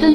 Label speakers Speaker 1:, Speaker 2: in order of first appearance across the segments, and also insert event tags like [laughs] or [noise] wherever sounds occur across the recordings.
Speaker 1: 纷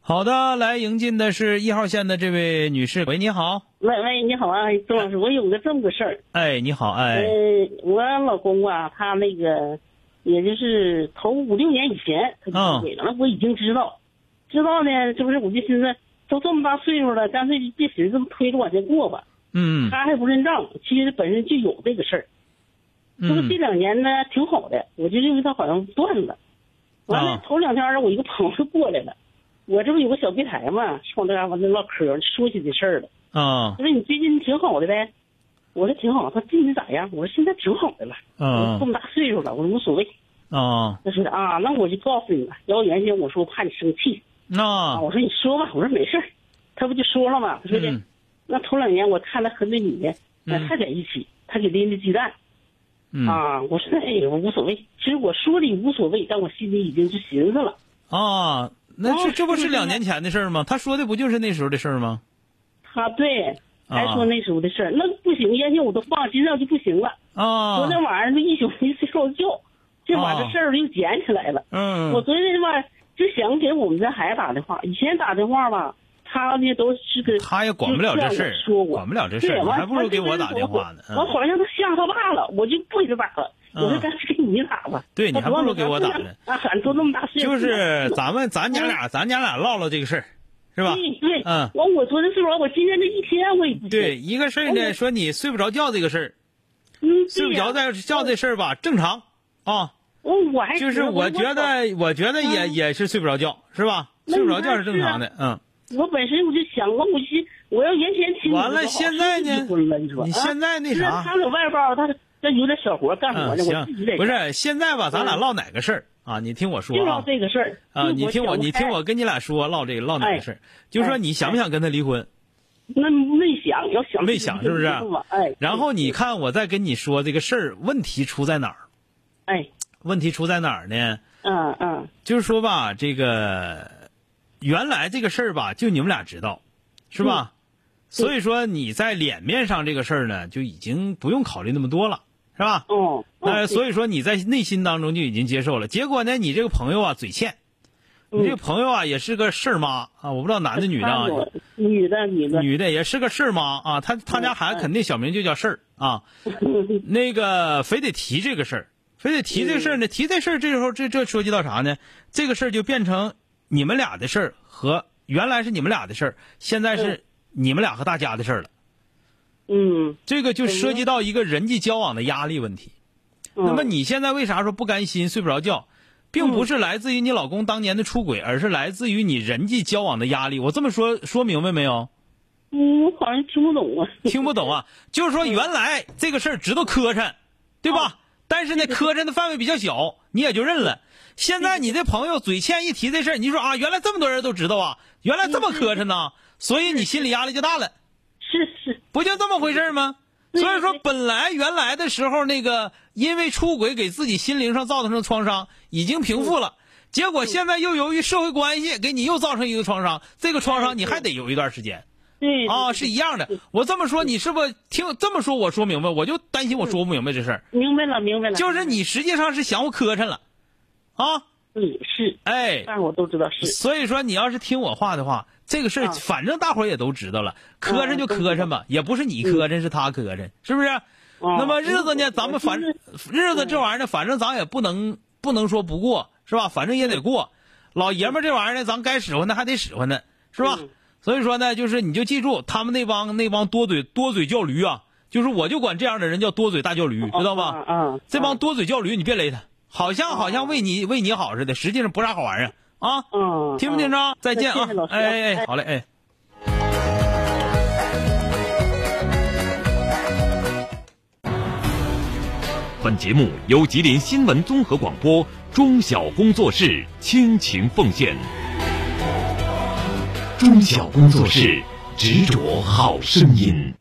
Speaker 2: 好的，来迎进的是一号线的这位女士，喂，你好，
Speaker 3: 喂喂，你好啊，周老师，我有个这么个事儿，
Speaker 2: 哎，你好，哎，
Speaker 3: 呃，我老公啊，他那个，也就是头五六年以前，他
Speaker 2: 嗯
Speaker 3: 就出轨了，我已经知道，知道呢，这不是我就寻思，都这么大岁数了，干脆就别寻思推着往前过吧，
Speaker 2: 嗯
Speaker 3: 他还不认账，其实本身就有这个事儿，这不这
Speaker 2: 嗯
Speaker 3: 两年呢挺好的，我就认为他好像断了。完了
Speaker 2: 啊，
Speaker 3: 头两天儿我一个朋友过来了，我这不有个小平台嘛，上那嘎完了唠嗑儿，说起这事儿了。
Speaker 2: 啊
Speaker 3: 他说你最近挺好的呗？我说挺好。他最近咋样？我说现在挺好的了，我
Speaker 2: 啊
Speaker 3: 这么大岁数了，我说无所谓。
Speaker 2: 啊，
Speaker 3: 他说啊，那我就告诉你了。然后原先我说怕你生气啊，
Speaker 2: 那
Speaker 3: 我说你说吧，我说没事儿。他不就说了吗？他说的，
Speaker 2: 嗯
Speaker 3: 那头两年我看他和那女的，那
Speaker 2: 嗯
Speaker 3: 还在一起，他给拎的鸡蛋。
Speaker 2: 嗯
Speaker 3: 啊，我说哎，我无所谓。其实我说的无所谓，但我心里已经是寻思了。
Speaker 2: 啊，那这
Speaker 3: 哦
Speaker 2: 这不
Speaker 3: 是
Speaker 2: 是
Speaker 3: 不是
Speaker 2: 两年前的事儿吗？他说的不就是那时候的事儿吗？
Speaker 3: 他对，
Speaker 2: 啊
Speaker 3: 还说那时候的事儿，那不行，原先我都放心上就不行了。昨
Speaker 2: 啊，
Speaker 3: 天晚上就一宿没睡着觉，这把这事儿就捡起来了。我
Speaker 2: 嗯
Speaker 3: 昨天吧就想给我们家孩子打电话，以前打电话吧，他呢都是个
Speaker 2: 他也管不了这事儿
Speaker 3: 就像我说过
Speaker 2: 管不了这事儿
Speaker 3: 对
Speaker 2: 你
Speaker 3: 完
Speaker 2: 还不如给我打电话呢嗯
Speaker 3: 我好像他吓他爸了，我就不给他打了，
Speaker 2: 嗯
Speaker 3: 我说干脆给你打吧。
Speaker 2: 对你还不如给我打呢
Speaker 3: 啊，喊都那么大岁数
Speaker 2: 就
Speaker 3: 了，
Speaker 2: 是咱们咱娘
Speaker 3: 嗯
Speaker 2: 俩咱娘俩唠唠这个事儿，是吧？
Speaker 3: 对对，
Speaker 2: 嗯
Speaker 3: 完我昨天睡不着，我今天这一天我也不行
Speaker 2: 对，，一个事儿呢，说你睡不着觉这个事儿，
Speaker 3: 嗯，
Speaker 2: 睡不着在
Speaker 3: 的，
Speaker 2: 觉这事儿吧，正常啊。
Speaker 3: 我我还
Speaker 2: 就是我觉得，我觉得也
Speaker 3: 嗯
Speaker 2: 也是睡不着觉，是吧？
Speaker 3: 那
Speaker 2: 睡
Speaker 3: 你
Speaker 2: 不着觉
Speaker 3: 那
Speaker 2: 是
Speaker 3: 是
Speaker 2: 正常的，嗯。
Speaker 3: 我本身我就想过，我寻我要原先清楚
Speaker 2: 完了
Speaker 3: 就好
Speaker 2: 现在呢
Speaker 3: 我哦就婚了，你说
Speaker 2: 你现在那啥
Speaker 3: 啊他搁外边儿他这有点小活干活
Speaker 2: 嗯，
Speaker 3: 呢，我自己
Speaker 2: 行，
Speaker 3: 得
Speaker 2: 不是现在吧？咱俩唠哪个事儿啊？你听我
Speaker 3: 就
Speaker 2: 说
Speaker 3: 要
Speaker 2: 啊
Speaker 3: 这个事儿
Speaker 2: 啊！
Speaker 3: 就
Speaker 2: 你听我，
Speaker 3: 想不
Speaker 2: 你听
Speaker 3: 开
Speaker 2: 我，跟你俩说唠这个唠哪个
Speaker 3: 哎
Speaker 2: 事儿，就说你想不想跟他离婚？
Speaker 3: 那没想要想
Speaker 2: 没想是不是
Speaker 3: 就吧哎，
Speaker 2: 然后你看我再跟你说这个事儿，问题出在哪儿？
Speaker 3: 哎，
Speaker 2: 问题出在哪儿呢？
Speaker 3: 嗯嗯
Speaker 2: 就是说吧，这个原来这个事儿吧，就你们俩知道，是吧？所以说你在脸面上这个事儿呢，就已经不用考虑那么多了，是吧？
Speaker 3: 哦，
Speaker 2: 那
Speaker 3: 以
Speaker 2: 所以说你在内心当中就已经接受了。结果呢，你这个朋友啊嘴欠，你这个朋友啊也是个事儿妈啊，我不知道男的女的
Speaker 3: 哎
Speaker 2: 啊，
Speaker 3: 女的女的，
Speaker 2: 女的也是个事儿妈啊，他他家孩子肯定小名就叫事儿啊，那个非得提这个事儿，非得提这事儿呢，提这事儿这时候这这涉及到啥呢？这个事儿就变成你们俩的事儿和原来是你们俩的事儿，现在是你们俩和大家的事儿了。
Speaker 3: 嗯，
Speaker 2: 这个就涉及到一个人际交往的压力问题。
Speaker 3: 嗯
Speaker 2: 那么你现在为啥说不甘心睡不着觉，并不是来自于你老公当年的出轨，而是来自于你人际交往的压力。我这么说说明白没有？
Speaker 3: 嗯，我好像听不懂 [laughs] 啊，
Speaker 2: 听不懂啊？就是说原来这个事儿知道磕碜，对吧？但是呢，磕碜的范围比较小，你也就认了。现在你这朋友嘴欠一提这事儿，你说啊，原来这么多人都知道啊，原来这么磕碜呢，所以你心理压力就大了。
Speaker 3: 是是，
Speaker 2: 不就这么回事儿吗？
Speaker 3: 对
Speaker 2: 所以说，
Speaker 3: 对
Speaker 2: 本来原来的时候，那个因为出轨给自己心灵上造成的创伤已经平复了，结果现在又由于社会关系给你又造成一个创伤，这个创伤你还得有一段时间
Speaker 3: 对 [laughs]
Speaker 2: 啊，是一样的。我这么说，你是不是听这么说我说明白？我就担心我说不明白这事儿，
Speaker 3: 明白了明白了，
Speaker 2: 就是你实际上是嫌我磕碜了，啊，
Speaker 3: 嗯是，
Speaker 2: 哎，
Speaker 3: 但是我都知道是。
Speaker 2: 所以说，你要是听我话的话，这个事儿
Speaker 3: 啊
Speaker 2: 反正大伙儿也都知道了，磕碜就磕碜吧，也不是你磕碜，是他磕碜，是不是？那
Speaker 3: 哦
Speaker 2: 么日子
Speaker 3: 嗯
Speaker 2: 呢，咱们反
Speaker 3: 正
Speaker 2: 日子这玩意儿呢，反正咱也不能不能说不过，是吧？反正也得过。老爷们儿这玩意儿呢，咱该使唤他还得使唤他，是吧
Speaker 3: 嗯？
Speaker 2: 所以说呢，就是你就记住他们那帮那帮多嘴多嘴叫驴啊，就是我就管这样的人叫多嘴大叫驴，知道吧？
Speaker 3: 嗯，
Speaker 2: 这帮多嘴叫驴，你别勒他，好
Speaker 3: 哦
Speaker 2: 像好像为你为你好似的，实际上不啥好玩意儿啊。
Speaker 3: 嗯，
Speaker 2: 听不听着？再见
Speaker 3: 谢
Speaker 2: 啊
Speaker 3: 谢老！师
Speaker 2: 哎哎，好嘞，哎。
Speaker 4: 本节目由吉林新闻综合广播中小工作室倾情奉献。中小工作室执着好声音。